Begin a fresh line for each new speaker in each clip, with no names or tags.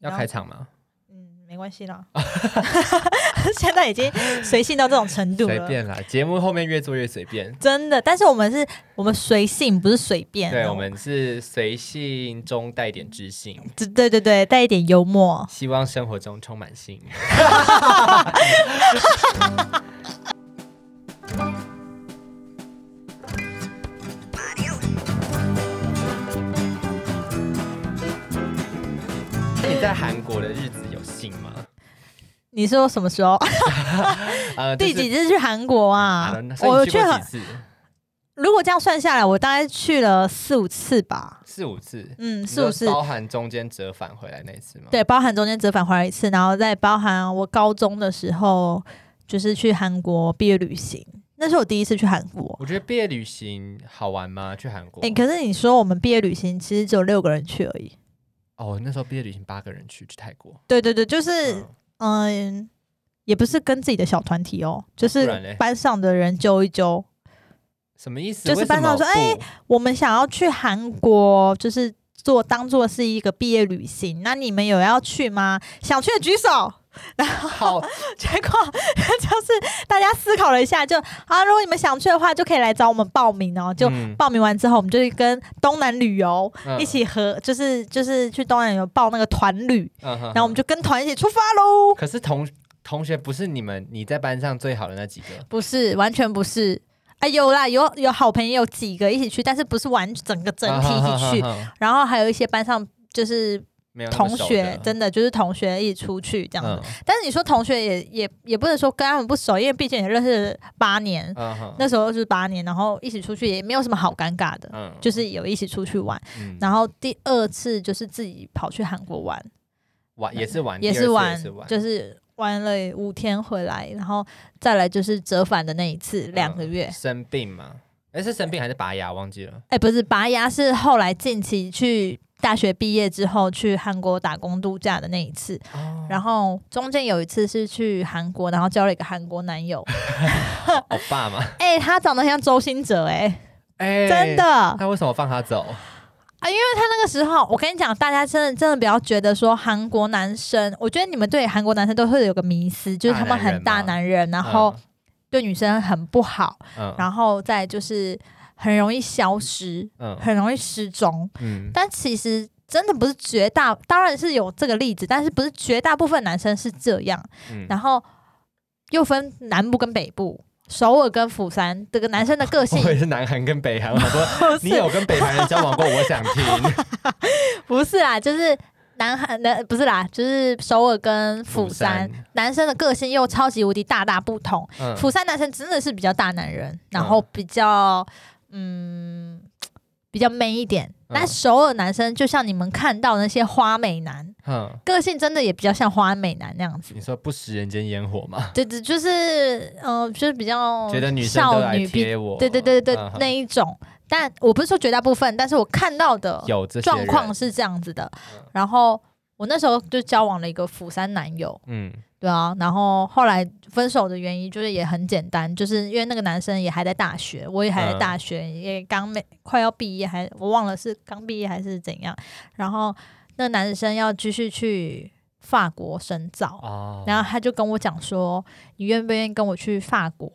要
然后
开场吗？
嗯，没关系啦， 现在已经随性到这种程度
随
了，
便啦，节目后面越做越随 便。
真的。但是我们是，我们随性，不是随便哦的。
对，我们是随性中带点知性，
对对对对，带一点幽默。
希望生活中充满性。 你在韩国的日子有性吗？
你说什么时候？
呃，
第几次去韩国啊
啊？
我
我去
去
过
很
几，次？
如果这样算下来，我大概去了四五次吧。
四五次，
嗯，
你
四五
说
次。
包含中间折返回来那一次吗？
对，包含中间折返回来一次，然后再包含我高中的时候，就是去韩国毕业旅行，那是我第一次去韩国。
我觉得毕业旅行好玩吗？去韩国？
哎、可是你说我们毕业旅行其实只有六个人去而已。
哦，那时候毕业旅行八个人去去泰国，
对对对，就是
嗯啊
嗯、也不是跟自己的小团体哦，就
不然嘞
是班上的人揪一揪。
什么意思？
就是
为什
班上
么
说
不
哎我们想要去韩国，就是做当做是一个毕业旅行。那你们有要去吗？想去的举手。
好，
结果 就是大家思考了一下，就啊，如果你们想去的话，就可以来找我们报名哦。就
嗯
报名完之后，我们就去跟东南旅游
嗯
一起合，就是就是去东南旅游报那个团旅，
嗯哼
然后我们就跟团一起出发喽。
可是同同学不是你们你在班上最好的那几个，
不是，完全不是。哎，有啦，有有好朋友几个一起去，但是不是完整个整体一起去，
啊哈哈哈哈
然后还有一些班上就是
没有那么
同
熟
学
的，
真的就是同学一起出去这样子。
嗯
但是你说同学也也也不能说跟他们不熟，因为毕竟也认识八年，
嗯哼
那时候就是八年，然后一起出去也没有什么好尴尬的，
嗯
就是有一起出去玩。
嗯
然后第二次就是自己跑去韩国玩，
玩也是玩，
也
嗯第二次
是玩，
是玩，
就是玩了五天回来，然后再来就是折返的那一次，两个月。
生病嘛？哎，是生病还是拔牙？忘记了。
哎、不是拔牙是后来近期去大学毕业之后去韩国打工度假的那一次，
哦，
然后中间有一次是去韩国，然后交了一个韩国男友，
欧巴嘛，
哎、他长得很像周星哲、哎、
哎，
真的。。
那为什么放他走？
那个时候，我跟你讲，大家真的真的不要觉得说韩国男生，我觉得你们对韩国男生都会有个迷思，就是他们很大男人，嗯然后对女生很不好，
嗯，嗯
然后再就是很容易消失，
嗯
很容易失踪。
嗯，
但其实真的不是绝大，当然是有这个例子，但是不是绝大部分男生是这样。
嗯
然后又分南部跟北部，首尔跟釜山，这个男生的 个性
我也是南韩跟北韩，我想说
不
你
是
有跟北韩人交往过，我想听。
不是啦，就是南韩的不是啦，就是首尔跟 釜山
釜山
男生的个性又超级无敌大大不同。
嗯
釜山男生真的是比较大男人，然后比较嗯比较 man 一点。
嗯
但首尔男生就像你们看到那些花美男，
嗯，
个性真的也比较像花美男那样子
你。说不食人间烟火吗？
对对，就是嗯、呃就是比较
觉得女生都
少
来
女比，
贴我，
对对对对
嗯哼
那一种。但我不是说绝大部分，但是我看到的
嗯有这些
状况
人，
是这样子的
嗯。
然后我那时候就交往了一个釜山男友，
嗯
对啊，然后后来分手的原因就是也很简单，就是因为那个男生也还在大学，我也还在
嗯
大学，也刚没快要毕业，还我忘了是刚毕业还是怎样。然后那男生要继续去法国深造，
哦，
然后他就跟我讲说，你愿不愿意跟我去法国？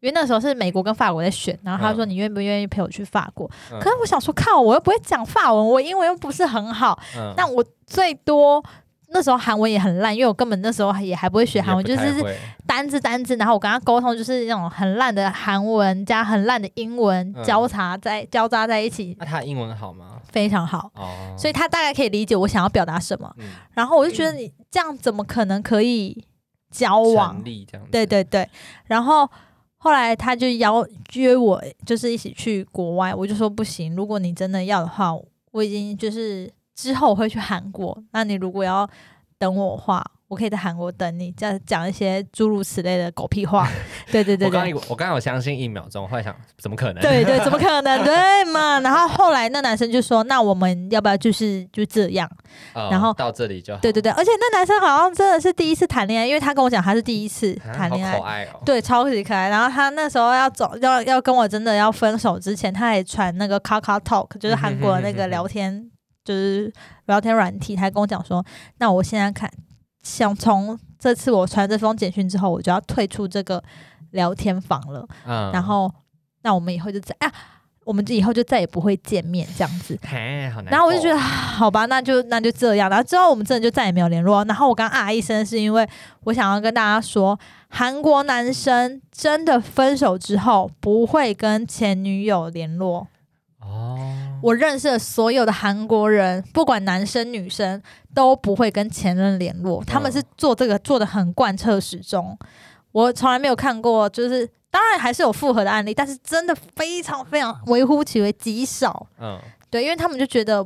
因为那时候是美国跟法国在选，然后他说
嗯
你愿不愿意陪我去法国？
嗯
可是我想说，靠，我又不会讲法文，我英文又不是很好，
嗯
那我最多那时候韩文也很烂，因为我根本那时候也还不会学韩文，
也
就
不太
是
会
单字单字，然后我跟他沟通就是那种很烂的韩文加很烂的英文
嗯
交叉在交叉在一起，
那他英文好吗？
非常好。
哦，
所以他大概可以理解我想要表达什么，
嗯，
然后我就觉得你这样怎么可能可以交往
成？立这样子，
对对对，然后后来他就邀约我，就是一起去国外，我就说不行，如果你真的要的话，我已经就是之后会去韩国，那你如果要等我的话，我可以在韩国等你，再讲一些诸如此类的狗 屁话。对对对
我刚刚
对。
以为我刚刚有相信一秒钟，后来想怎么可能？
对对，怎么可 能？对嘛？然后后来那男生就说：“那我们要不要就是就这样？”
哦，
然后
到这里就好
对对对，而且那男生好像真的是第一次谈恋爱，因为他跟我讲他是第一次
啊
谈恋爱
好可，爱哦，
对，超级可爱。然后他那时候要走，要要跟我真的要分手之前，他还传那个 Kakao Talk，就是韩国的那个聊天就是聊天软体，他跟我讲说，那我现在看想从这次我传这封简讯之后，我就要退出这个聊天房了，
嗯，
然后那我们以后就再啊，我们以后就再也不会见面这样子。
嘿，好难过。
然后我就觉得，啊好吧，那就那就这样。然后之后我们真的就再也没有联络。然后我刚啊一声，是因为我想要跟大家说，韩国男生真的分手之后不会跟前女友联络。
哦，
我认识的所有的韩国人，不管男生女生，都不会跟前任联络。他
嗯
们是做这个做的很贯彻始终。我从来没有看过，就是当然还是有复合的案例，但是真的非常非常微乎其微，极少。
嗯，
对，因为他们就觉得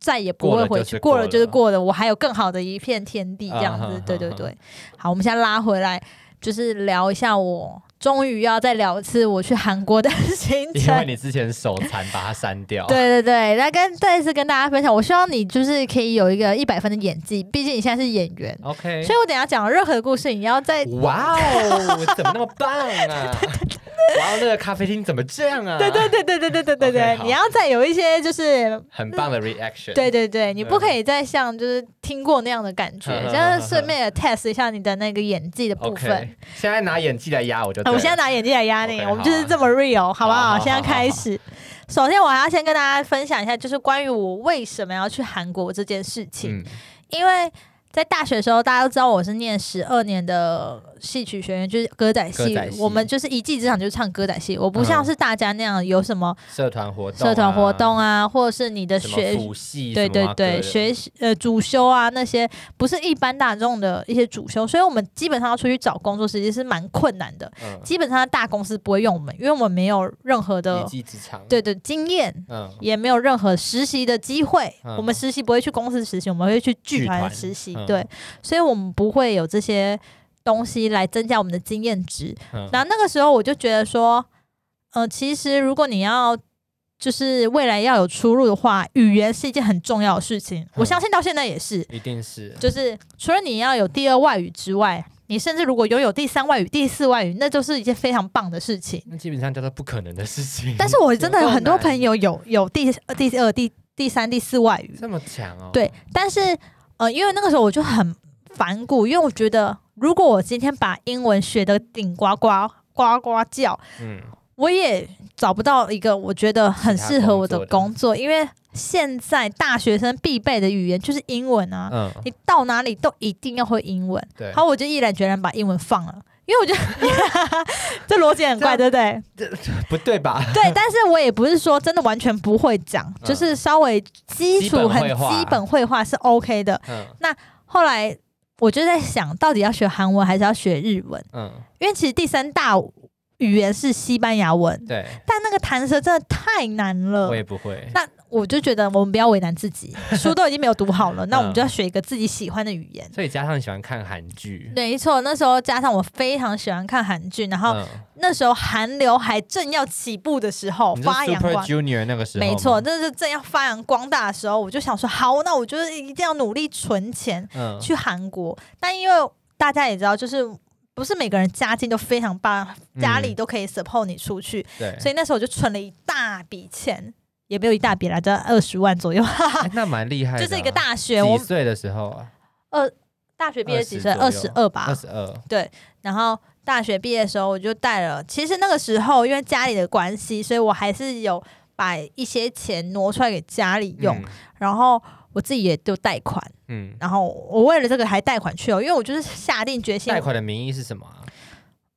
再也不会回去，
过
过
了
了
就
就是是
过
过了，我还有更好的一片天地这样
啊哈哈
子。对对
哈
对，好，我们现在拉回来，就是聊一下我终于要再聊一次我去韩国的 行
因为
程。
你之前手残把它删掉，
对对对，那跟再一次跟大家分享，我希望你就是可以有一个一百分的演技，毕竟你现在是演员，
，OK，
所以我等一下讲任何的故事，你要在
哎哇哦，怎么那么棒啊！ 哇哦，那个咖啡厅怎么这样啊？
对对对对对对对对
OK，
对，
好
你要再有一些就是
很棒的 reaction。
对对对，你不
嗯
可以再像就是听过那样的感觉，这 样顺便也 test 一下你的那个演技的部分。
，OK，现在拿演技来压我就
啊
对了。
我现在拿眼镜来压你
OK，啊
我们就是这么 real，好不
好好好
好？现在开始。首先，我还要先跟大家分享一下，就是关于我为什么要去韩国这件事情。
嗯
因为在大学的时候，大家都知道我是念十二年的戏曲学院，就是歌仔
歌
戏。
仔戏
我们就是一技之长，就是唱歌仔戏。我不像
嗯
是大家那样有什么
社团活动啊，
社团活动啊，或者是你的
什么
学
辅系，
对
什么
对
啊
对，
各的
学习呃主修啊那些不是一般大众的一些主修，所以我们基本上要出去找工作，其实是蛮困难的。
嗯
基本上大公司不会用我们，因为我们没有任何
一
的
技之长，，
对对经验，
嗯，
也没有任何实习的机会。
嗯
我们实习不会去公司实习，我们会去
剧
剧
团
团实习，
嗯
对，所以我们不会有这些东西来增加我们的经验值。
嗯
然后那个时候我就觉得说，呃，其实如果你要就是未来要有出路的话，语言是一件很重要的事情。我相信到现在也是，
一定是，
就是除了你要有第二外语之外，你甚至如果拥有第三外语、第四外语，那就是一件非常棒的事情。
那基本上叫做不可能的事情。
但是我真的有很多朋
友
友有有第呃第二、第第三、第四外语，
这么强哦，，
对，但是呃，因为那个时候我就很反骨，因为我觉得如果我今天把英文学得顶呱呱呱呱叫，
嗯，
我也找不到一个我觉得很适合我的
其他工
工作，因为现在大学生必备的语言就是英文啊，
嗯，
你到哪里都一定要会英文。
对，
好，我就毅然决然把英文放了。因为我觉得 这逻辑很怪，对不对？
不对吧？
对，但是我也不是说真的完全不会讲，
嗯
就是稍微基
基本
础很
绘画
基本绘画是 OK 的。
嗯
后来我就在想，到底要学韩文还是要学日文？
嗯，
因为其实第三大语言是西班牙文，
对，
但那个弹舌真的太难了
我。也不会，
那我就觉得我们不要为难自 己，书都已经没有读好了，那我们
嗯
就要学一个自己喜欢的语言。
所以加上喜欢看韩剧，
嗯没错，那时候加上我非常喜欢看韩剧，然后
嗯，
那时候韩流还正要起步的时候
你，说
哦发扬
Super
光，
Junior 那个时候吗，
没错，那是正要发扬光大的时候，我就想说，好，那我就是一定要努力存钱，
嗯，
去韩国，但因为大家也知道，就是不是每个人家境都非常棒，
嗯
家里都可以 support 你出去，
对，
所以那时候我就存了一大笔钱，也没有一大笔啦，就二十万左右，哈哈
哎那蛮厉害的啊，
就是一个大学，
几
我
岁的时候啊，
大学毕业几岁？二
20
十二吧
二，十二，
然后。大学毕业的时候，我就带了。其实那个时候，因为家里的关系，所以我还是有把一些钱挪出来给家里用。
嗯
然后我自己也就贷款，
嗯，嗯，
然后我为了这个还贷款去哦，因为我就是下定决心
贷，款的名义是什么啊？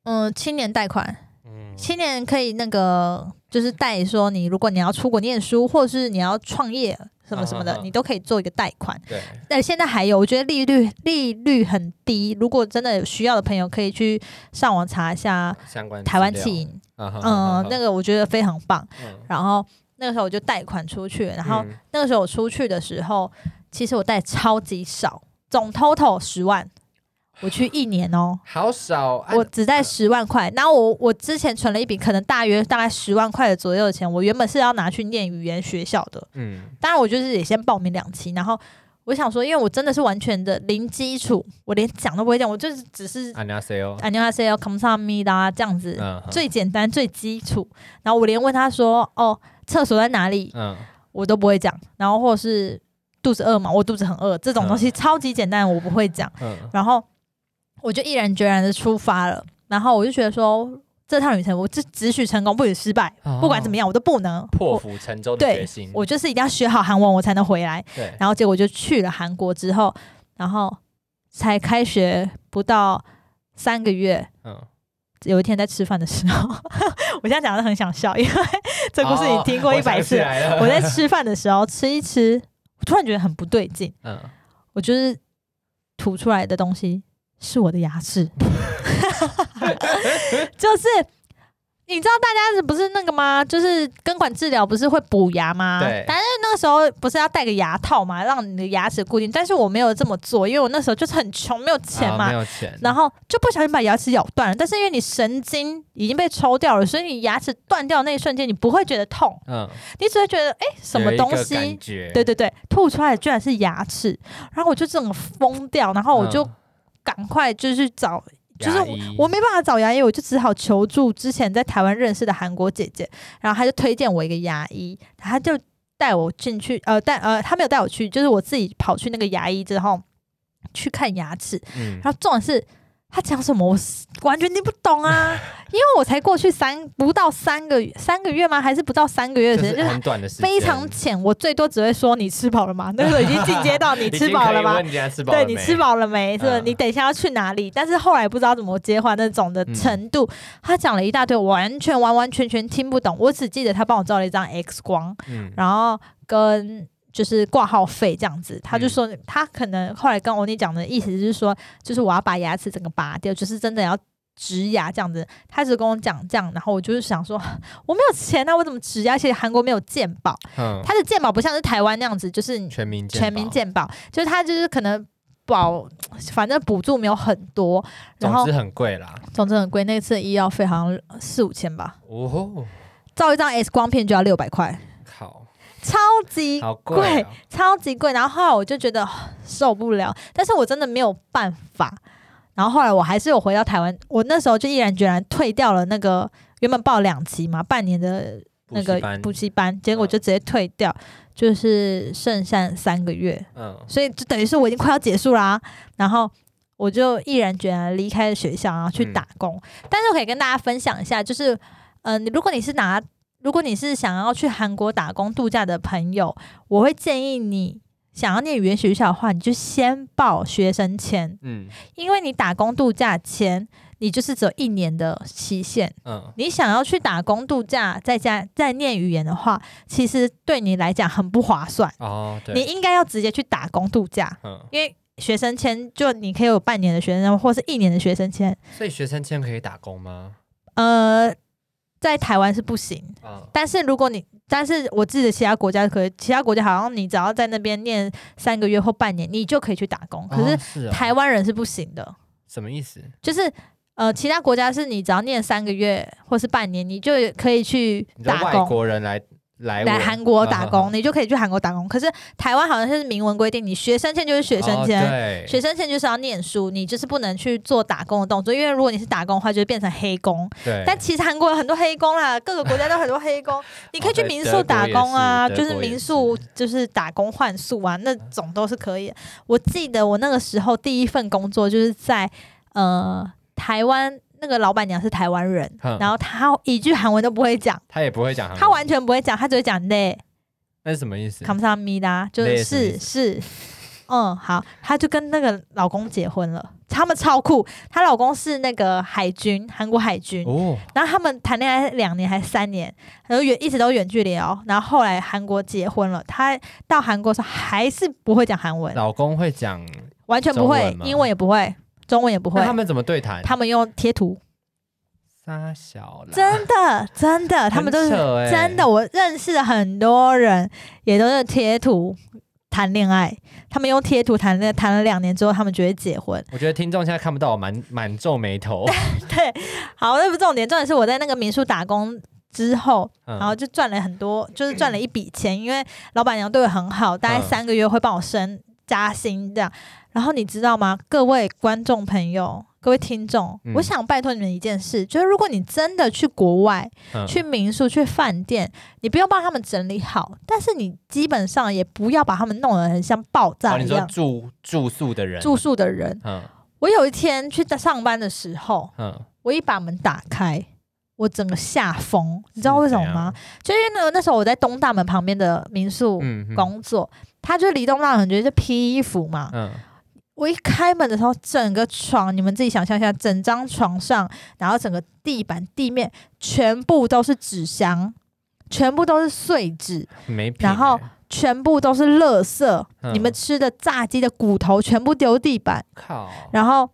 嗯，青年贷款，
嗯，
青年可以那个就是贷说你如果你要出国念书，或者是你要创业什么什么
嗯嗯
的，
嗯
你都可以做一个贷款。
对，
但现在还有，我觉得利率利率很低，如果真的有需要的朋友可以去上网查一下
相关
台湾
资料
企，银，
嗯哼
嗯，那，个我觉得非常棒。
嗯
然后那个时候我就贷款出去，然后
嗯
那个时候我出去的时候，其实我贷超级少，总 total 十万，我去一年哦。
好少，啊
我只带十万块，然后我我之前存了一笔，可能大约大概十万块的左右的钱，我原本是要拿去念语言学校的，
嗯，
当然我就是也先报名两期，然后我想说，因为我真的是完全的零基础，我连讲都不会讲，我就是只是
안녕하세요，
안녕하세요 come to me 啦这样子，
哎嗯，
最简单最基础，然后我连问他说哦厕所在哪里，
嗯，
我都不会讲，然后或者是肚子饿嘛，我肚子很饿，这种东西超级简单，我不会讲。
嗯
然后我就毅然决然的出发了，然后我就觉得说，这趟旅程我只只许成功不许失败，
哦
不管怎么样我都不能
破
我
釜沉舟的
对
决心，
我就是一定要学好韩文我才能回来。
对，
然后结果就去了韩国之后，然后才开学不到三个月。
嗯，
有一天在吃饭的时候，我现在讲的很想笑，因为这故事你听过一百次
哦我想起。来了
我在吃饭的时候吃一吃，我突然觉得很不对劲，
嗯，
我就是吐出来的东西是我的牙 齿，就是你知道大家是不是那个吗？就是根管治疗不是会补牙吗？
对
但是那个时候不是要戴个牙套嘛，让你的牙齿固定。但是我没有这么做，因为我那时候就是很穷，没有钱
啊
嘛。
没有钱，
然后就不小心把牙齿咬断了，但是因为你神经已经被抽掉了，所以你牙齿断掉那一瞬间，你不会觉得痛，
嗯，
你只会觉得哎、什么
有一个
东西
感觉
对对对，吐出来居然是牙齿，然后我就整个疯掉，然后我就
嗯
赶快就去找，就是
牙医
我没办法找牙医，我就只好求助之前在台湾认识的韩国姐姐，然后她就推荐我一个牙医，她就带我进去，呃，带呃，她没有带我去，就是我自己跑去那个牙医之后去看牙齿，
嗯
然后重点是。她讲什么我是完全听不懂 啊，因为我才过去三不到三个月三个月吗？还是不到三个月的时间，
就是
就是
很短的时间，
非常浅，我最多只会说你吃饱了吗？ 那个时候已经进 阶到你
已经
吃饱了
可以
吗？
问人家吃饱
对
了
你
没
吃，饱了没？是吧？
嗯
你等一下要去哪里？但是后来不知道怎么接话那种的程度，他讲了一大堆，我完全完完全全听不懂。我只记得他帮我照了一张 X 光，
嗯，
然后跟就是挂号费这样子。他就
嗯
说他可能后来跟欧尼讲的意思就是说，就是我要把牙齿整个拔掉，就是真的要。植牙这样子，他只跟我讲这样，然后我就是想说，我没有钱啊，我怎么植牙？而且韩国没有健保，
嗯，
它的健保不像是台湾那样子，就是你
全民
全民，健保，就是它就是可能保，反正补助没有很多，
总
然后
之很贵啦，
总之很贵，那次的医药费好像四五千吧，
哦吼，
照一张 X 光片就要六百块，
靠，
超级
好
贵
哦，
超级贵。然后后来我就觉得 哦受不了，但是我真的没有办法。然后后来我还是有回到台湾，我那时候就毅然决然退掉了那个原本报两期嘛，半年的那
补
个
习班嗯
补习班，结果就直接退掉，就是剩下三个月，
嗯
所以就等于是我已经快要结束啦、然后我就毅然决然离开了学校，然后去
嗯
打工。但是我可以跟大家分享一下，就是嗯、呃你如果你是拿，如果你是想要去韩国打工度假的朋友，我会建议你。想要念语言学校的话，你就先报学生签，
嗯
因为你打工度假前，你就是只有一年的期限，
嗯，
你想要去打工度假，在家再念语言的话，其实对你来讲很不划算。
哦，对，
你应该要直接去打工度假，
嗯，
因为学生签就你可以有半年的学生签或是一年的学生签。
所以学生签可以打工吗？
呃，在台湾是不行，
啊，
但是如果你但是我记得其他国家可以，其他国家好像你只要在那边念三个月或半年，你就可以去打工。可
哦
是
是哦
台湾人是不行的，
什么意思？
就是。呃，其他国家是你只要念三个月或是半年，你就可以去
你知道
打
外
工。
国人来来
来
我
韩国打
啊啊
工，
啊
你就可以去韩国打工。可是台湾好像是明文规定，你学生签就是学生
哦
签，
对，
学生签就是要念书，你就是不能去做打工的动作，因为如果你是打工的话，就会变成黑工。
对，
但其实韩国有很多黑工啦，各个国家都有很多黑 工，你可以去
哦对
民
德
宿
国
打
也
工啊，
是
就
德
是
国也
民宿就是打工换宿啊，那种都是可以的。我记得我那个时候第一份工作就是在呃台湾，那个老板娘是台湾人，
哼
然后她一句韩文都不会讲，
他也不会讲韩文，
她完全不会讲，她只会讲累。
那是什么意思？
卡姆萨米拉，就
类
是
似类
是是，嗯，好，她就跟那个老公结婚了，他们超酷，她老公是那个海军，韩国海军，
哦，
然后他们谈恋爱两年还是三年，然后远一直都远距离哦，然后后来韩国结婚了，她到韩国的时候还是不会讲韩文，
老公会讲，
完全不
中
会
文，吗
英文也不会，中文也不会
那，他们怎么对谈？
他们用贴图，
撒小啦，
真的真的，啊他们都
很
是
扯欸
真的，我认识的很多人也都是贴图谈恋爱，他们用贴图谈恋爱，谈了两年之后，他们决定结婚。
我觉得听众现在看不到我满满皱眉头，
好，那不是重点，重点是我在那个民宿打工之后，
然
然后就赚了很多，就是赚了一笔钱，因为老板娘对我很好，大概
嗯
三个月会帮我升加薪这样。然后你知道吗，各位观众朋友，各位听众，
嗯
我想拜托你们一件事，就是如果你真的去国外、
嗯
去民宿、去饭店，你不用帮他们整理好，但是你基本上也不要把他们弄得很像爆
哦，
炸
你
一
说
样。
住住宿的人，
住宿的人，
嗯
我有一天去上班的时候，
嗯，
我一把门打开，我整个吓疯，你知道为什么吗？就因为呢，那时候我在东大门旁边的民宿
嗯？嗯，
工作，他就离东大门很近，就披衣服嘛。
嗯，
我一开门的时候，整个床，你们自己想象一下，整张床上，然后整个地板、地面全部都是纸箱，全部都是碎纸，
没品欸。
然后全部都是垃圾。
嗯
你们吃的炸鸡的骨头全部丢地板，
靠，
然后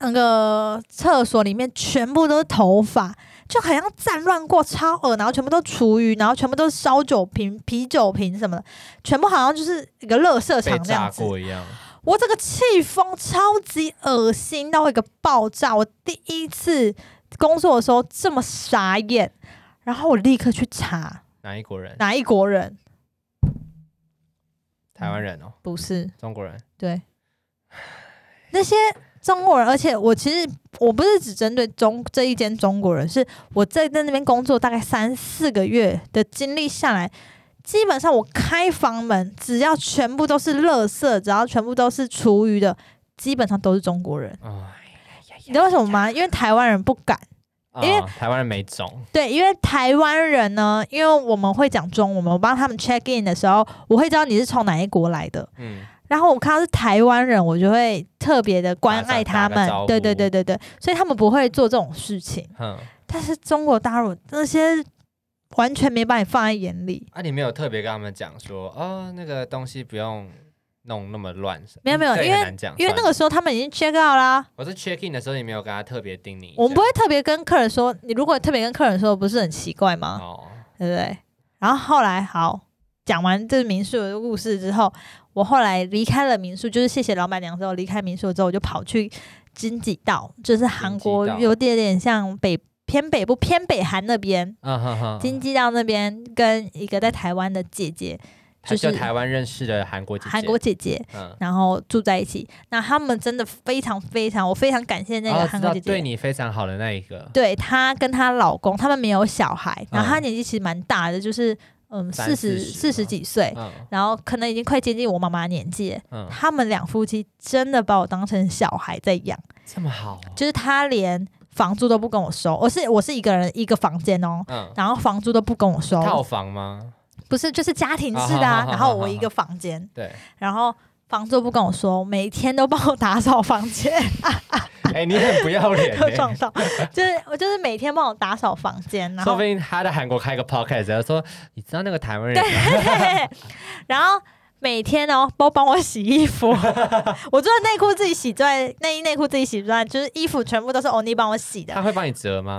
那个厕所里面全部都是头发，就好像战乱过，超恶，然后全部都厨余，然后全部都是烧酒瓶、啤酒瓶什么的，全部好像就是一个垃圾
被
场那
炸
样子。
过一样，
我这个气疯，超级恶心到一个爆炸。我第一次工作的时候这么傻眼，然后我立刻去查
哪一国人？
哪一国人
台湾人哦，
不是
中国人。
对那些中国人，而且我其实我不是只针对中这一间中国人，是我在在那边工作大概三四个月的经历下来。基本上我开房门，只要全部都是垃圾，只要全部都是厨余的，基本上都是中国人。
哎
你知道为什么吗？因为台湾人不敢。因为
啊台湾人没 种，
对，因为台湾人呢，因为我们会讲中文嘛，我帮他们 check in 的时候，我会知道你是从哪一国来的。
嗯，
然后我看到是台湾人，我就会特别的关
打
爱
打
他
个
们
招。呼
对对对对对，所以他们不会做这种事情。
哼，
但是中国大陆那些完全没把你放在眼里，
啊，你没有特别跟他们讲说，哦，那个东西不用弄那么乱，
没有没有
这也
因为
很难讲
因为那
算
个时候他们已经 check out 啦。
我是 check in 的时候，你没有跟他特别叮咛一下，
我们不会特别跟客人说，你如果特别跟客人说，不是很奇怪吗？
哦，
对不对？然后后来好讲完这民宿的故事之后，我后来离开了民宿，就是谢谢老板娘之后离开民宿之后，我就跑去金几道，就是韩国
京畿道
有点点像北偏北部偏北韩那边，
嗯哼哼，
金几道那边跟一个在台湾的姐姐，
他
就是
就台湾认识的韩国姐姐，
韩国，姐姐。
嗯，
然后住在一起，那他们真的非常非常，我非常感谢那
哦
个
知
韩
道
国姐姐，
对你非常好的那一个，
对她跟她老公，他们没有小孩，然后她
嗯
年纪其实蛮大的，就是嗯
三
四十
四十
四十
吗
几岁，
嗯
然后可能已经快接近我妈妈的年纪了，
嗯，
他们两夫妻真的把我当成小孩在养，
这么好哦，
就是他连房租都不跟我收，我是我是一个人一个房间哦，
嗯，
然后房租都不跟我收，
套房吗？
不是就是家庭式的
啊哈哈哈
啊，
哈
然后我一个房间，
对，
然后房租不跟我收，每天都帮我打扫房 间，
哎，你很不要 脸
又
欸，
撞到，就是我就是每天帮我打扫房间，然
说
后
不定他在韩国开个 podcast，然后说你知道那个台湾人 吗，
对，然后每天哦都帮我洗衣服， 我做的内裤自己洗之外，内衣内裤自己洗之外，就是衣服全部都是欧尼帮我洗的。啊
他会帮你折吗？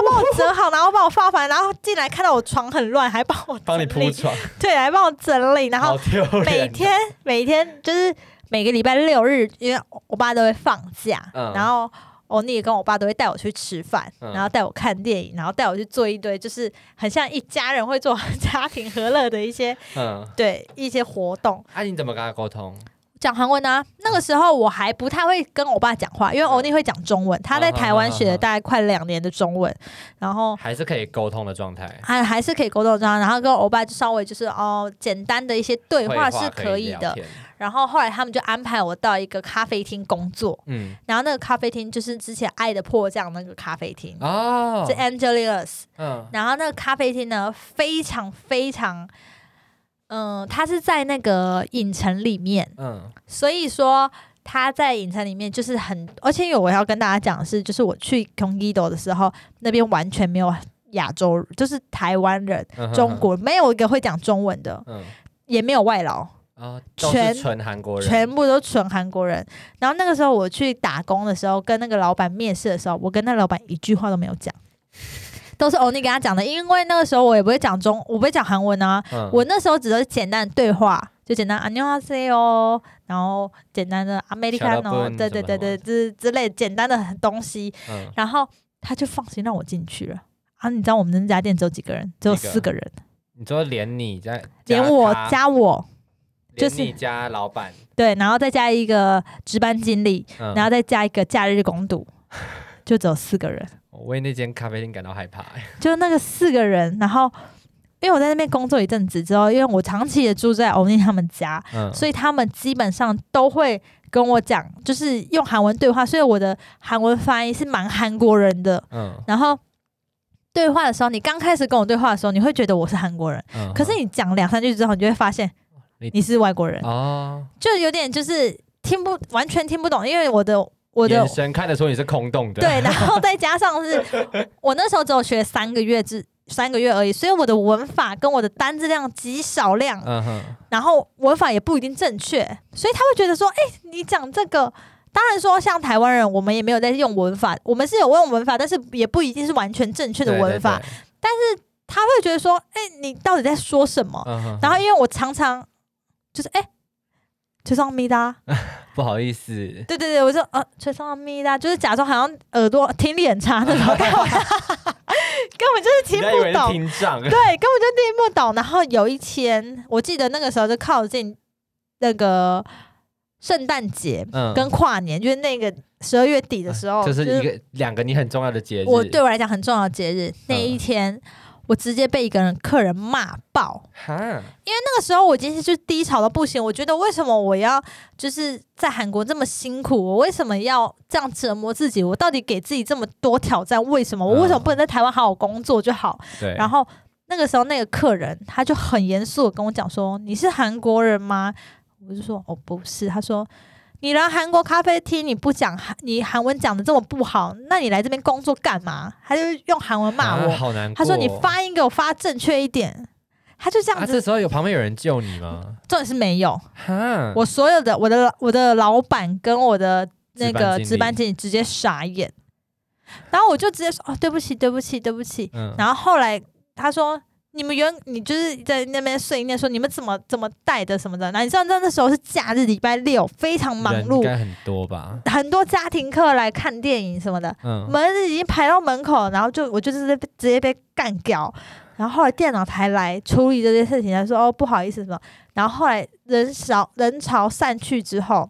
他帮我折好，然后帮我放反，然后进来看到我床很乱，还帮我
帮你
整理
铺，床，
对，还帮我整理， 然
好
后
丢脸哦，
每天每天就是每个礼拜六日，因为我爸都会放假，
嗯
然后。欧尼跟我爸都会带我去吃饭，
嗯
然后带我看电影，然后带我去做一堆就是很像一家人会做 家庭和乐的一些
嗯。
对一些活动，
啊，你怎么跟他沟通？
讲韩文啊。那个时候我还不太会跟我爸讲话，因为欧尼会讲中文，他在台湾学了大概快两年的中文，然后
还是可以沟通的状态？
还还是可以沟通上，然后跟欧巴就稍微就是哦简单的一些对话是可
以
以
聊
的。
天
然后后来他们就安排我到一个咖啡厅工作，
嗯，
然后那个咖啡厅就是之前《爱的迫降》那个咖啡厅。
哦
是，Angelus，
嗯，
然后那个咖啡厅呢，非常非常，嗯、它是在那个影城里面，
嗯，
所以说他在影城里面就是很，而且有我要跟大家讲的是，就是我去 Congido 的时候，那边完全没有亚洲人，就是台湾人，
嗯
中，国没有一个会讲中文的，
嗯，嗯
也没有外劳，
哦，都
全
是纯韩国人，
全部都纯韩国人。然后那个时候我去打工的时候，跟那个老板面试的时候，我跟那老板一句话都没有讲，都是欧尼给他讲的。因为那个时候我也不会讲中，我不会讲韩文啊，
嗯
我那时候只是简单的对话，就简单안녕啊하세요，然后简单的 Americano，
Shut up，嗯
对对
什么
对对，之之类简单的东西，
嗯，
然后他就放心让我进去了。啊，你知道我们那家店只有几个人？只有
几个
四个人，
你说连你在，
连我
加
加我，就
就是你家老板，
对，然后再加一个值班经理，
嗯
然后再加一个假日 公读，就只有四个人。
我为那间咖啡厅感到害怕。哎
就那个四个人，然后因为我在那边工作一阵子之后，因为我长期也住在欧尼他们家，
嗯，
所以他们基本上都会跟我讲，就是用韩文对话，所以我的韩文发音是蛮韩国人的。
嗯
然后对话的时候，你刚开始跟我对话的时候，你会觉得我是韩国人，
嗯，
可是你讲两三句之后，你就会发现
你
你是外国人，
哦，
就有点就是听不完全听不懂，因为我的我的
眼神看得出你是空洞的。
对，然后再加上 是我那时候只有学三个月之三个月而已，所以我的文法跟我的单字量极少量，
嗯哼，
然后文法也不一定正确，所以他会觉得说，哎、你讲这个。当然说，像台湾人，我们也没有在用文法，我们是有用文法，但是也不一定是完全正确
这
的文法。，
对对
他会觉得说，哎、你到底在说什么？
嗯哼，
然后因为我常常就是，哎、就上咪哒，
不好意思，
对对对，我就呃，吹上咪啦，就是假装好像耳朵听力很差 那种，干嘛根本就是听
人家以为
不
是
懂，
听障。
对，根本就听不懂。然后有一天，我记得那个时候就靠近那个圣诞节
嗯
跟跨年，就是那个十二月底的时候，
啊就是一个两个你很重要的节日。嗯
我对我来讲很重要的节日。那一天，我直接被一个人客人骂爆，
哈，
那个时候我今天就低潮到不行，我觉得为什么我要就是在韩国这么辛苦，我为什么要这样折磨自己？我到底给自己这么多挑战，为什么？我为
嗯
什么不能在台湾好好工作就好？
对，
然
后
后那个时候那个客人他就很严肃的跟我讲说：“你是韩国人吗？”我就说：“哦，不是。”他说。你来韩国咖啡厅，你不讲韩，你韩文讲的这么不好，那你来这边工作干嘛？他就用啊韩文骂我，
啊好难过。
他说你发音给我发正确一点，他就这样
啊，
子
这时候有旁边有人救你吗？
重点是没有，
哈，
我所有的我的我的老板跟我的那个值
值班
班经理直接傻眼，然后我就直接说哦对不起对不起对不起，
嗯，
然后后来他说你们原你就是在那边碎念说你们怎么怎么带的什么的，那你知道那那时候是假日礼拜六，非常忙
人应
碌，
该很多吧？
很多家庭客来看电影什么的，
嗯，
门已经排到门口，然后就我就直接被直接被干掉。然后后来电脑才来处理这件事情，他说哦不好意思什么。然后后来人少人潮散去之后，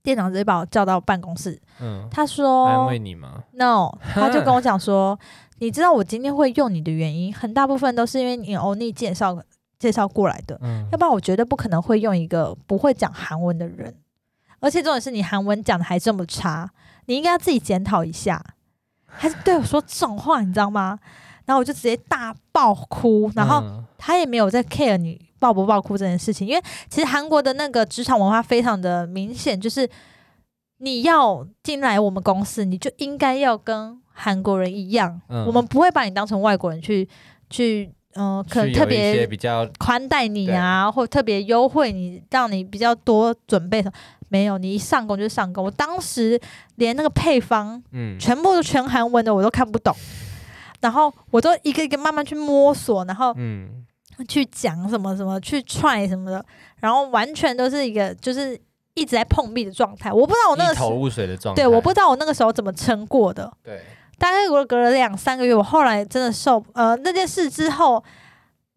电脑直接把我叫到办公室，
嗯，
他
安
说
慰你吗？
no，他就跟我讲说，你知道我今天会用你的原因，很大部分都是因为你欧尼介绍介绍过来的，
嗯
要，不然我绝对不可能会用一个不会讲韩文的人。而且重点是你韩文讲的还这么差，你应该要自己检讨一下。他是对我说这种话，你知道吗？然后我就直接大爆哭，然后
嗯
他也没有在 care 你爆不爆哭这件事情，因为其实韩国的那个职场文化非常的明显，就是你要进来我们公司，你就应该要跟韩国人一样，
嗯
我们不会把你当成外国人去去，嗯、可
是
能
有
特
一
别
些比较
宽待你啊，或特别优惠你，让你比较多准备什么。没有，你一上工就上工。我当时连那个配方
嗯
全部都全韩文的，我都看不懂。然后我都一个一个慢慢去摸索，然后
嗯
去讲什么什么，去 try 什么的，然后完全都是一个就是一直在碰壁的状态。我不知道我哦那个
一
时
头雾水的状态。
对，我不知道我那个时候怎么撑过的。
对，
大概我隔了两三个月，我后来真的受呃那件事之后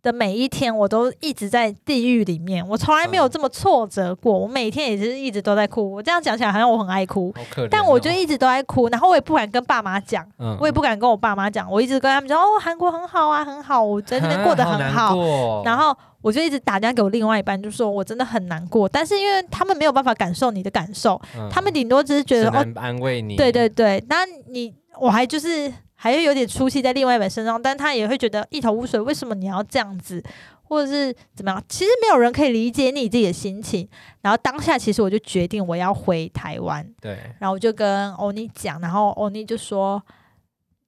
的每一天，我都一直在地狱里面，我从来没有这么挫折过。
嗯
我每天也是一直都在哭。我这样讲起来好像我很爱哭，
好可怜哦。
但我就一直都在哭，然后我也不敢跟爸妈讲，
嗯，
我也不敢跟我爸妈讲，我一直跟他们讲哦，韩国很好啊，很好，我在 那边过得
啊好
很
难
好。
过。
然后我就一直打电话给我另外一半，就说我真的很难过，但是因为他们没有办法感受你的感受，
嗯
他们顶多只是觉
只
得哦，
能安慰你。
对对对，那你我还就是还会有点出气在另外一本身上，但他也会觉得一头雾水，为什么你要这样子，或者是怎么样？其实没有人可以理解你自己的心情。然后当下其实我就决定我要回台湾，
对，
然后我就跟欧尼讲，然后欧尼就说。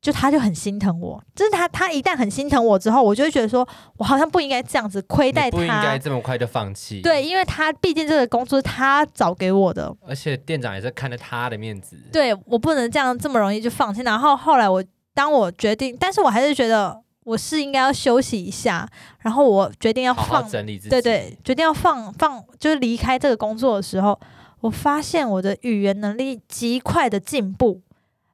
就他就很心疼我，就是他他一旦很心疼我之后，我就会觉得说，我好像不应该这样子亏待
你不应该
他，
这么快就放弃。
对，，因为他毕竟这个工作是他找给我的，
而且店长也是看着他的面子。
对我不能这样这么容易就放弃。然后后来我当我决定，但是我还是觉得我是应该要休息一下，然后我决定要
好
放，
好整理自己。
对对，，决定要放放，就是离开这个工作的时候，我发现我的语言能力极快的进步。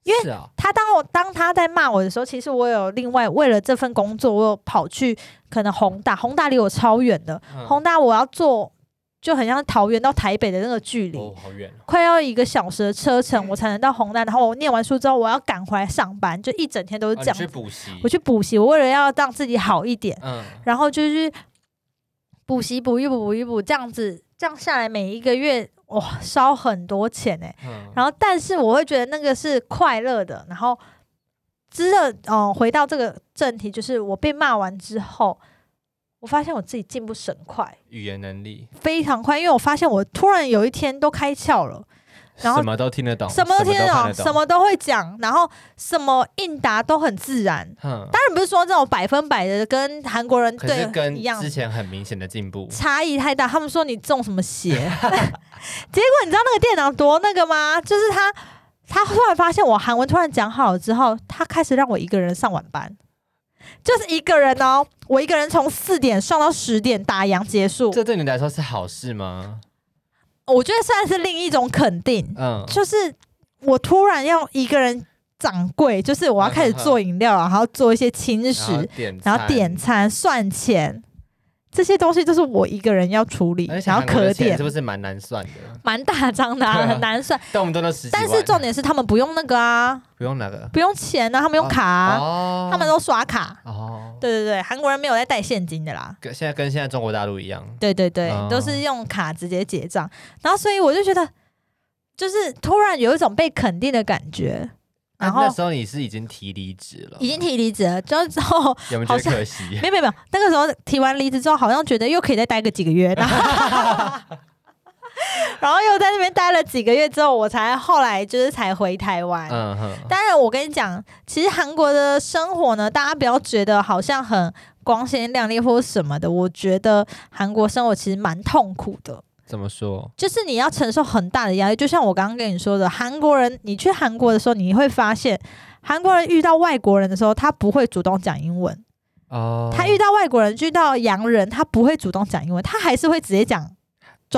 因为
是啊，
他当我当他在骂我的时候，其实我有另外为了这份工作，我有跑去可能宏大，宏大离我超远的，
嗯
宏大我要坐就很像桃园到台北的那个距离，
哦，嗯好远哦，
快要一个小时的车程，我才能到红蛋。然后我念完书之后，我要赶回来上班，就一整天都是
啊
这
你
样。
去补习，
我去补习，我为了要让自己好一点，
嗯，
然后就是补习补一补补一补，这样子这样下来，每一个月哇烧很多钱哎、
嗯
然后，但是我会觉得那个是快乐的。然后，之后，嗯、回到这个正题，就是我被骂完之后，我发现我自己进步神快，
语言能力，
非常快，因为我发现我突然有一天都开窍了。然后
什么都听得懂，
什么都听得
看
懂，什，么都会讲，然后什么应答都很自然。
嗯，
当然不是说这种百分百的跟韩国人
可是
对
跟
一样
之，前很明显的进步，
差异太大。他们说你中什么邪？ 结果你知道那个店长多那个吗？就是他，他突然发现我韩文突然讲好了之后，他开始让我一个人上晚班，就是一个人哦，我一个人从四点上到十点打烊结束。
这对你来说是好事吗？
我觉得算是另一种肯定。
嗯，
就是我突然要一个人掌柜，就是我要开始做饮料，然后做一些轻
然后
食，
点，
然后点，餐、算钱，这些东西都是我一个人要处理，
而且
然后
韩国的
可
钱
点
是，不是蛮难算的？
蛮大张
对
的、啊，
啊
很难算。
动不动都十几万，欸
但是重点是他们不用那个啊，
不用那个，
不用钱啊，他们用卡、啊，
哦
他们都刷卡。
哦，
对对对，韩国人没有在带现金的啦。
跟现在跟现在中国大陆一样，
对对对，
哦
都是用卡直接结账。然后所以我就觉得，就是突然有一种被肯定的感觉。
啊
然后
那时候你是已经提离职了，
已经提离职了，之后之后
有没有
好
觉得
像
可惜？
没有没有没有，那个时候提完离职之后，好像觉得又可以再待个几个 月，然 后然后又在那边待了几个月之后，我才后来就是才回台湾。
嗯哼，
当然，我跟你讲，其实韩国的生活呢，大家不要觉得好像很光鲜亮丽或什么的。我觉得韩国生活其实蛮痛苦的，
怎么说？
就是你要承受很大的压力。就像我刚刚跟你说的，韩国人，你去韩国的时候，你会发现，韩国人遇到外国人的时候，他不会主动讲英文。
哦，
他遇到外国人，遇到洋人，他不会主动讲英文，他还是会直接讲
韩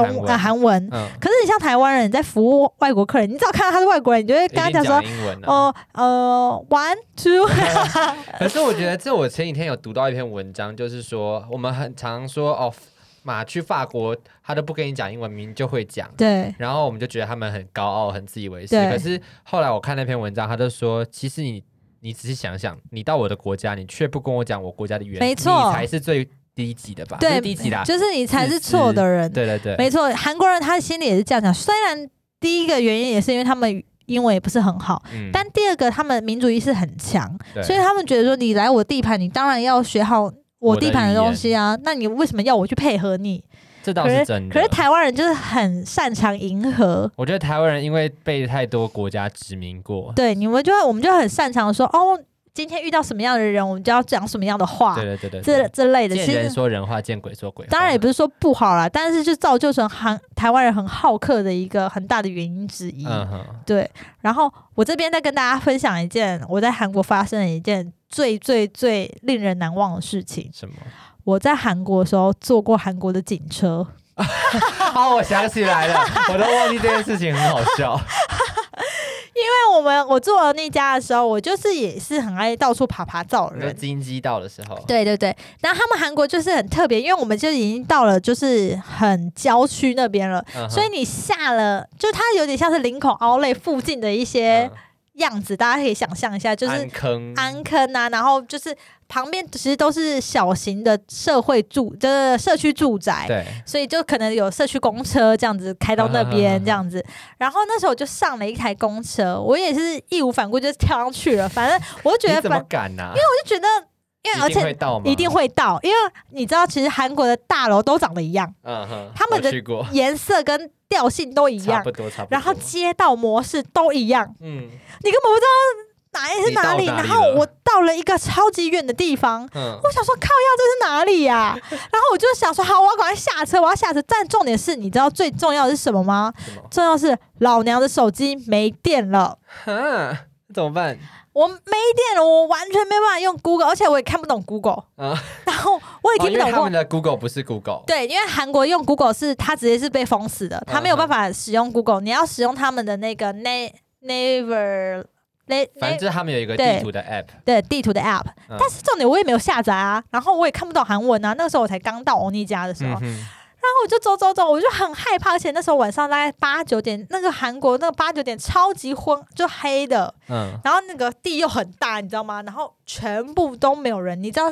中
文
呃韩文。
嗯，
可是你像台湾人，你在服务外国客人，你只要看到他是外国人，你就会跟他
一定
讲说，
英文啊
哦呃，one two，
可是我觉得，这我前几天有读到一篇文章，就是说我们很常说哦，马去法国，他都不跟你讲英文，明明就会讲。
对
然后我们就觉得他们很高傲、很自以为是。
对
可是后来我看那篇文章，他就说，其实你你仔细想想，你到我的国家，你却不跟我讲我国家的语言，
没错
你才是最低级的吧？不
对
是低级啦，，
就是你才是错的人，
啊对对对，
没错，韩国人他心里也是这样想。虽然第一个原因也是因为他们英文也不是很好，
嗯
但第二个他们民族意识很强，
对
所以他们觉得说你来我地盘，你当然要学好我
我的
地盘的
语言
东西啊，那你为什么要我去配合你？
这倒是真的。
可是台湾人就是很擅长迎合，
我觉得台湾人因为被太多国家殖民过，
对，你们就会我们就很擅长说哦，今天遇到什么样的人，我们就要讲什么样的话，
对对对对
这
对，
这类的。其
见人
实
说人话，见鬼说鬼话。
当然也不是说不好啦，但是就造就成韩台湾人很好客的一个很大的原因之一。
嗯哼。
对，然后我这边再跟大家分享一件我在韩国发生的一件最最最令人难忘的事情。
什么？
我在韩国的时候坐过韩国的警车，
哦，我想起来 了，我都忘记这件事情，很好笑。
因为我们我坐了那家的时候，我就是也是很爱到处爬爬照的
你说
人，
金鸡到的时候，
对对对，然后他们韩国就是很特别，因为我们就已经到了就是很郊区那边了，
嗯哼，
所以你下了，就它有点像是林口奥莱附近的一些
嗯
样子，大家可以想象一下，就是
安嗯坑，
安坑啊，然后就是旁边其实都是小型的社会住，就是社区住宅，
对，
所以就可能有社区公车这样子开到那
啊哈哈
边
哈
这样子。然后那时候我就上了一台公车，我也是义无反顾就跳上去了，反正我就觉
你
得
怎么
反，
敢呢？
我就觉得。因为而
一定
且
会到吗？
一定，会到，因为你知道，其实韩国的大楼都长得一样，
嗯哼，
他们的
我去过，
颜色跟调性都一
差
样
不，多，差不多。
然后街道模式都一样，
嗯
你根本不知道哪一是
你到
哪里。
哪里
然后
了
我到了一个超级远的地方。
嗯，
我想说靠呀，这是哪里呀、 然后我就想说好，我要赶快下车，我要下车。但重点是，你知道最重要的是什么吗？
什么？
重要是老娘的手机没电了，
哈， 那怎么办？
我没电了，我完全没办法用 Google，而且我也看不懂 Google，、
嗯
然后我也
哦
听
因
不
为他
懂 Google
们。的 Google 不是 Google，
对，因为韩国用 Google 是它直接是被封死的，它没有
嗯
办法使用 Google，、你要使用他们的那个 na never na,
反正
na
就是他们有一个
对
地图的 App，
对地图的 app，、
嗯
但是重点我也没有下载啊，然后我也看不懂韩文啊，那个时候我才刚到欧尼家的时候，
嗯哼，
后我就走走走，我就很害怕，而且那时候晚上大概八九点，那个韩国那个八九点超级昏，就黑的，
嗯，
然后那个地又很大，你知道吗？然后全部都没有人，你知道，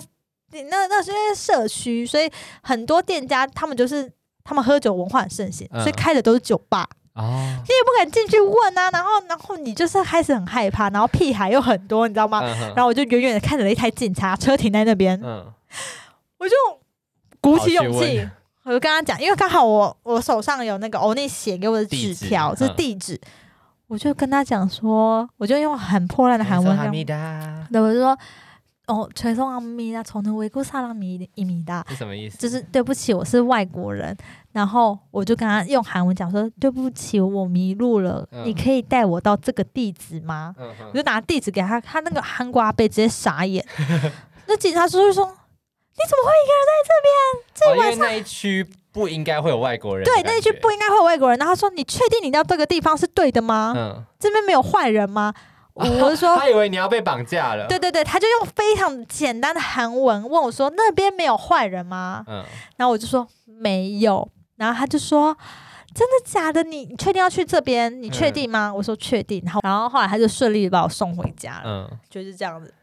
你那那是因为社区，所以很多店家他们就是他们喝酒文化很盛行，
嗯
所以开的都是酒吧，
哦，
你也不敢进去问啊。然后然后你就是开始很害怕，然后屁孩又很多，你知道吗？
嗯
然后我就远远的看着了一台警察车停在那边，
嗯，
我就鼓起勇
跑去
气
问，
我就跟他讲，因为刚好我我手上有那个欧尼写给我的纸条
地址
是
嗯
地址，我就跟他讲说，我就用很破烂的韩文
我是
跟
哎哈
他
密达
对，我就说哦，죄송합니다，저는외국사람이입니다，
是什么意思？
就是对不起，我是外国人。然后我就跟他用韩文讲说，对不起，我迷路了，
嗯
你可以带我到这个地址吗？
嗯
我
哼，
就拿地址给他，他那个韩国阿伯直接 傻眼。那警察叔叔说：“你怎么会一个人在这
哦，
边？”
因为那一区不应该会有外国人的
对，
感觉，
那一区不应该会有外国人。然后他说：“你确定你到这个地方是对的吗？
嗯，
这边没有坏 人吗？”我就说
他以为你要被绑架了，：“
对，对对。”他就用非常简单的韩文问我说：“那边没有坏人吗
嗯，？”
然后我就说：“没有。”然后他就说：“真的假的？你你确定要去这边？你确
嗯
定吗？”我说：“确定。”然后然后后来他就顺利地把我送回家了，
嗯，
就是这样子。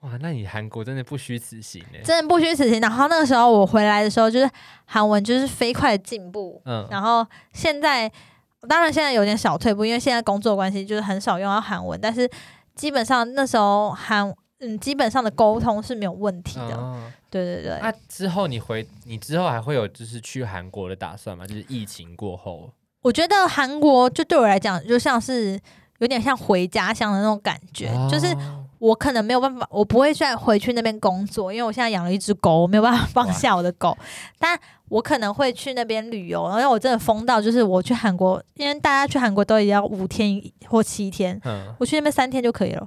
哇，那你韩国真的不虚此行欸呢。
真的不虚此行。然后那个时候我回来的时候，就是韩文就是飞快的进步，
嗯，
然后现在，当然现在有点小退步，因为现在工作关系就是很少用到韩文，但是基本上那时候韩嗯基本上的沟通是没有问题的。
哦
对对对，
那之后你回，你之后还会有就是去韩国的打算吗？就是疫情过后，
我觉得韩国就对我来讲就像是。有点像回家乡的那种感觉，就是
哦
我可能没有办法，我不会再回去那边工作，因为我现在养了一只狗，我没有办法放下我的狗。但我可能会去那边旅游，然后我真的疯到，就是我去韩国，因为大家去韩国都也要五天或七天，
嗯，
我去那边三天就可以了。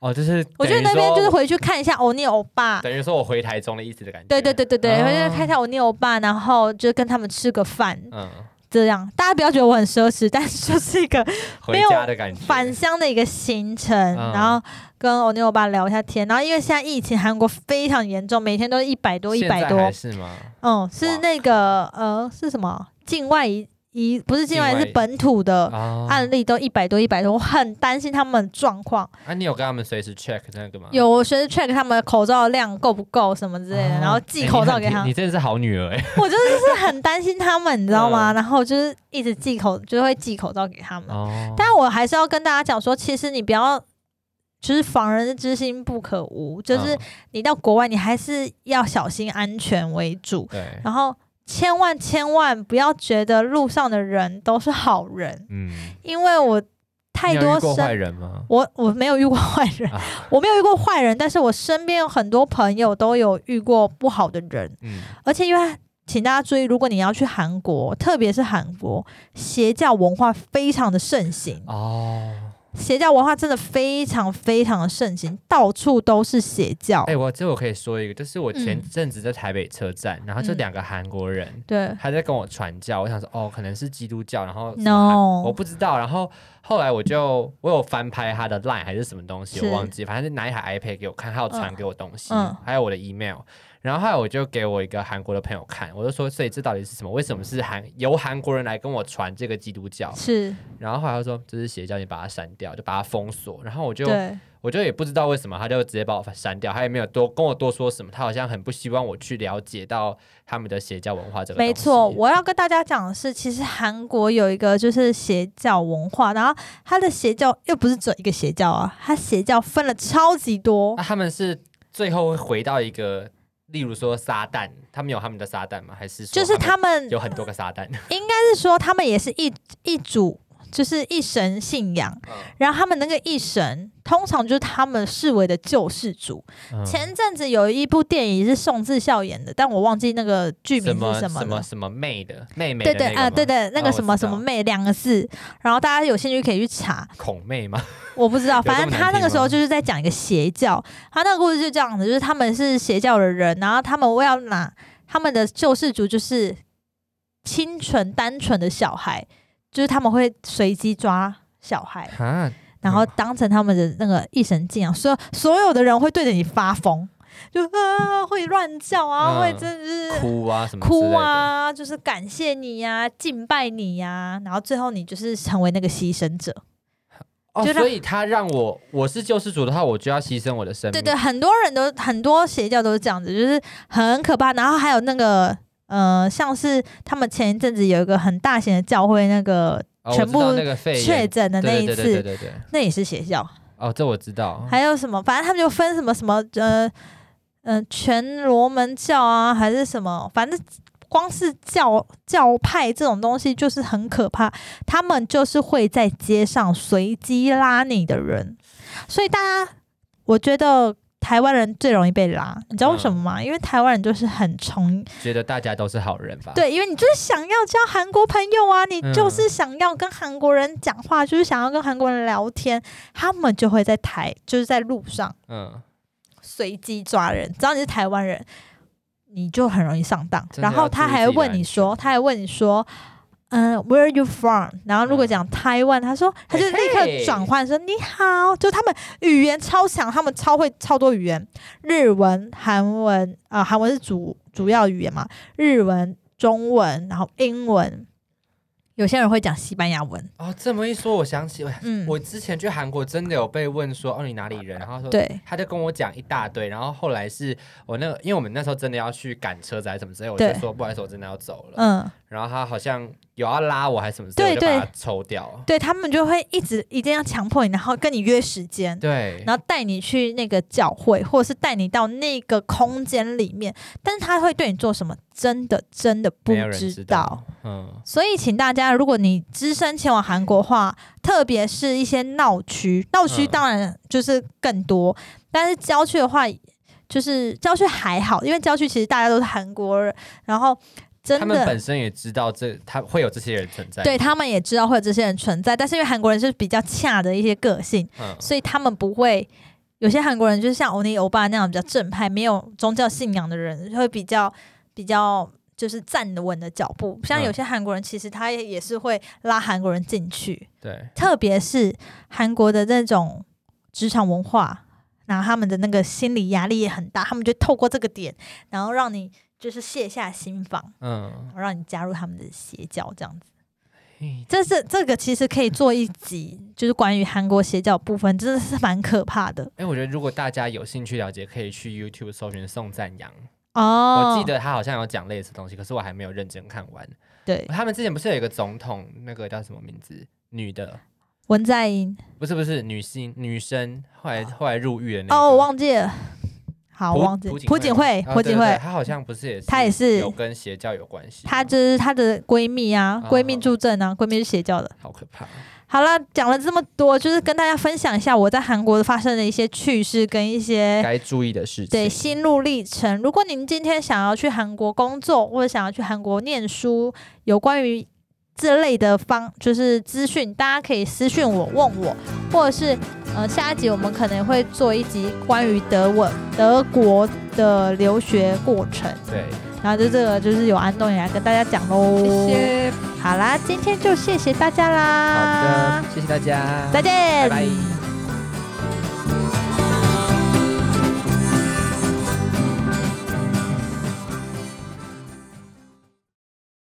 哦，就是
我去
等于
那边
说
就是回去看一下欧尼欧巴，
等于说我回台中的意思的感觉。
对对对对对，
哦
回去看一下欧尼欧巴，然后就跟他们吃个饭，
嗯，
这样大家不要觉得我很奢侈，但是就是一个
回家的感觉。
返乡的一个行程，
嗯
然后跟欧尼欧巴聊一下天，然后因为现在疫情韩国非常严重，每天都一百多一
现在
百多
还，是吗？
嗯，是
哇
那个呃是什么境外移移不是境外
境外
是本土的。
哦，
案例都一百多一百多，我很担心他们的状况。
啊，你有跟他们随时 check 那个吗？
有我随时 check 他们的口罩量够不够什么之类的，
哦
然后
哎
寄
你
口罩
很
给他
贴你。真的是好女儿 哎。
我就是很担心他们，你知 道
嗯
吗？然后就是一直寄口，就会寄口罩给他们。
哦，
但我还是要跟大家讲说，其实你不要，就是防人之心不可无，就是
嗯
你到国外，你还是要小心安全为主，
对，
然后千万千万不要觉得路上的人都是好人，
嗯，
因为我太
你有遇
多
过坏
身。
人吗？
我我没有遇过坏人，
啊
我没有遇过坏人，但是我身边有很多朋友都有遇过不好的人，
嗯，
而且因为请大家注意，如果你要去韩国，特别是韩国，邪教文化非常的盛行，
哦，
邪教文化真的非常非常的盛行，到处都是邪教。
哎，我这我可以说一个，就是我前
嗯
阵子在台北车站，然后就
嗯
两个韩国人。
对
还在跟我传教，我想说哦，可能是基督教，然后什么韩我
，no，
不知道。然后后来我就我有翻拍他的 LINE 还是什么东西，
是
我忘记，反正是拿一台 iPad 给我看，他有传给我东西，
嗯
还有我的 email。然后后来我就给我一个韩国的朋友看，我就说，所以这到底是什么？为什么是韩由韩国人来跟我传这个基督教？
是，
然后后来他说这是邪教，你把它删掉，就把它封锁。然后我就
对，
我就也不知道为什么，他就直接把我删掉，他也没有多跟我多说什么，他好像很不希望我去了解到他们的邪教文化这个东西。
没错。我要跟大家讲的是，其实韩国有一个就是邪教文化，然后它的邪教又不是只有一个邪教啊，它邪教分了超级多
那、。他们是最后会回到一个，例如说撒旦，他们有他们的撒旦吗？还是说
就是
他
他们
们有很多个撒旦？
但是说他们也是一一组，就是一神信仰。然后他们那个一神，通常就是他们视为的救世主。
嗯
前阵子有一部电影是宋智孝演的，但我忘记那个剧名
什么
是什么
什
了
么。什么妹的妹妹的
对对
那个
啊、
吗
对对，那
哦
个
我
什么
知
什
道
么妹两个字，然后大家有兴趣可以去查。
孔妹吗？
我不知 道，
这么
反正
难
他那
听
个时候
吗
就是在讲一个邪教，他那个故事就这样子，就是他们是邪教的人，然后他们为要拿他们的救世主就是清纯单纯的小孩，就是他们会随机抓小孩，
哈，嗯
然后当成他们的那个一神敬仰，所有所有的人会对着你发疯，就啊会乱叫啊，
嗯
会真的 是
哭啊什么之类
哭
的，
啊，就是感谢你呀、敬拜你呀、然后最后你就是成为那个牺牲者。
哦，
就让
所以他让我我是救世主的话，我就要牺牲我的生
对
命。
对，很多人都很多邪教都是这样子，就是很可怕。然后还有那个呃，像是他们前一阵子有一个很大型的教会，那个
哦，
全
我知道
部
那个肺
确
炎
诊的那一
对对对对
次，
对对对，
那也是邪教。
哦，这我知道。
还有什么？反正他们就分什么什么呃呃全罗门教啊，还是什么，反正光是教教派这种东西就是很可怕。他们就是会在街上随机拉你的人，所以大家我觉得。台湾人最容易被拉，你知道为什么吗？因为台湾人就是很崇
觉得大家都是好人吧？，
对，因为你就是想要交韩国朋友啊，你就是想要跟韩国人讲话，就是想要跟韩国人聊天，他们就会在台就是在路上
嗯，
随机抓人，只要你是台湾人，你就很容易上当。
真的要
然后他还会问你说，
注意自己的安全
他还问你说，嗯，Where are you from？然后如果讲台湾，他说他就立
哎嘿
刻
嘿
转换说你好，就他们语言超强，他们超会超多语言，日文、韩文啊、呃韩文是主主要语言嘛，日文、中文，然后英文。有些人会讲西班牙 文，
哦，这么一说，我想起我
嗯，
我之前去韩国真的有被问说，哦，你哪里人？然后他说，
对
他就跟我讲一大堆，然后后来是我那个，因为我们那时候真的要去赶车子还是什么之类，我就
对
说不好意思，我真的要走了。
嗯，
然后他好像有要拉我还是什么之类，我
对
就把
对
他抽掉。
对他们就会一直一定要强迫你，然后跟你约时间，
对，
然后带你去那个教会，或者是带你到那个空间里面，但是他会对你做什么，真的真的不
没有人
知
知
道。。
嗯，
所以，请大家，如果你只身前往韩国的话，特别是一些闹区，闹区
嗯
当然就是更多，但是郊区的话，就是郊区还好，因为郊区其实大家都是韩国人，然后真
他们
的
本身也知道这他会有这些人存在。
对，他们也知道会有这些人存在，但是因为韩国人是比较恰的一些个性，
嗯，
所以他们不会。有些韩国人就是像欧尼欧巴那样比较正派，没有宗教信仰的人会比较比较就是站稳的脚步。像
嗯
有些韩国人，其实他也是会拉韩国人进去，
对，
特别是韩国的那种职场文化，然后他们的那个心理压力也很大，他们就透过这个点，然后让你就是卸下心防，
嗯
然，后让你加入他们的邪教这样子。
嘿
这是这个其实可以做一集，就是关于韩国邪教部分，真的是蛮可怕的。
哎，我觉得如果大家有兴趣了解，可以去 YouTube 搜寻宋赞阳，
哦，
我记得他好像有讲类似东西，可是我还没有认真看完。
对
他们之前不是有一个总统，那个叫什么名字？女的，
文在寅
不是不是女性女生，后来后来入狱的那个
哦，我忘记了，哎好，
朴
我忘记了朴槿惠，
啊
朴
对
槿
对对
惠，
她好像不是也是，
她也是
有跟邪教有关系吗，
她就是她的闺蜜啊，
啊
闺蜜助阵啊，闺蜜是邪教的。
好可怕。
好了，讲了这么多，就是跟大家分享一下我在韩国发生的一些趣事跟一些
该注意的事情，
哎对，心路历程。如果您今天想要去韩国工作，或者想要去韩国念书，有关于这类的方就是资讯，大家可以私讯我问我，或者是呃下一集我们可能会做一集关于德文德国的留学过程，
对，
然后就这个就是有安东也来跟大家讲喽。
谢谢，
好啦，今天就谢谢大家
好
啦
的，，谢谢大家，
啊再见，
拜拜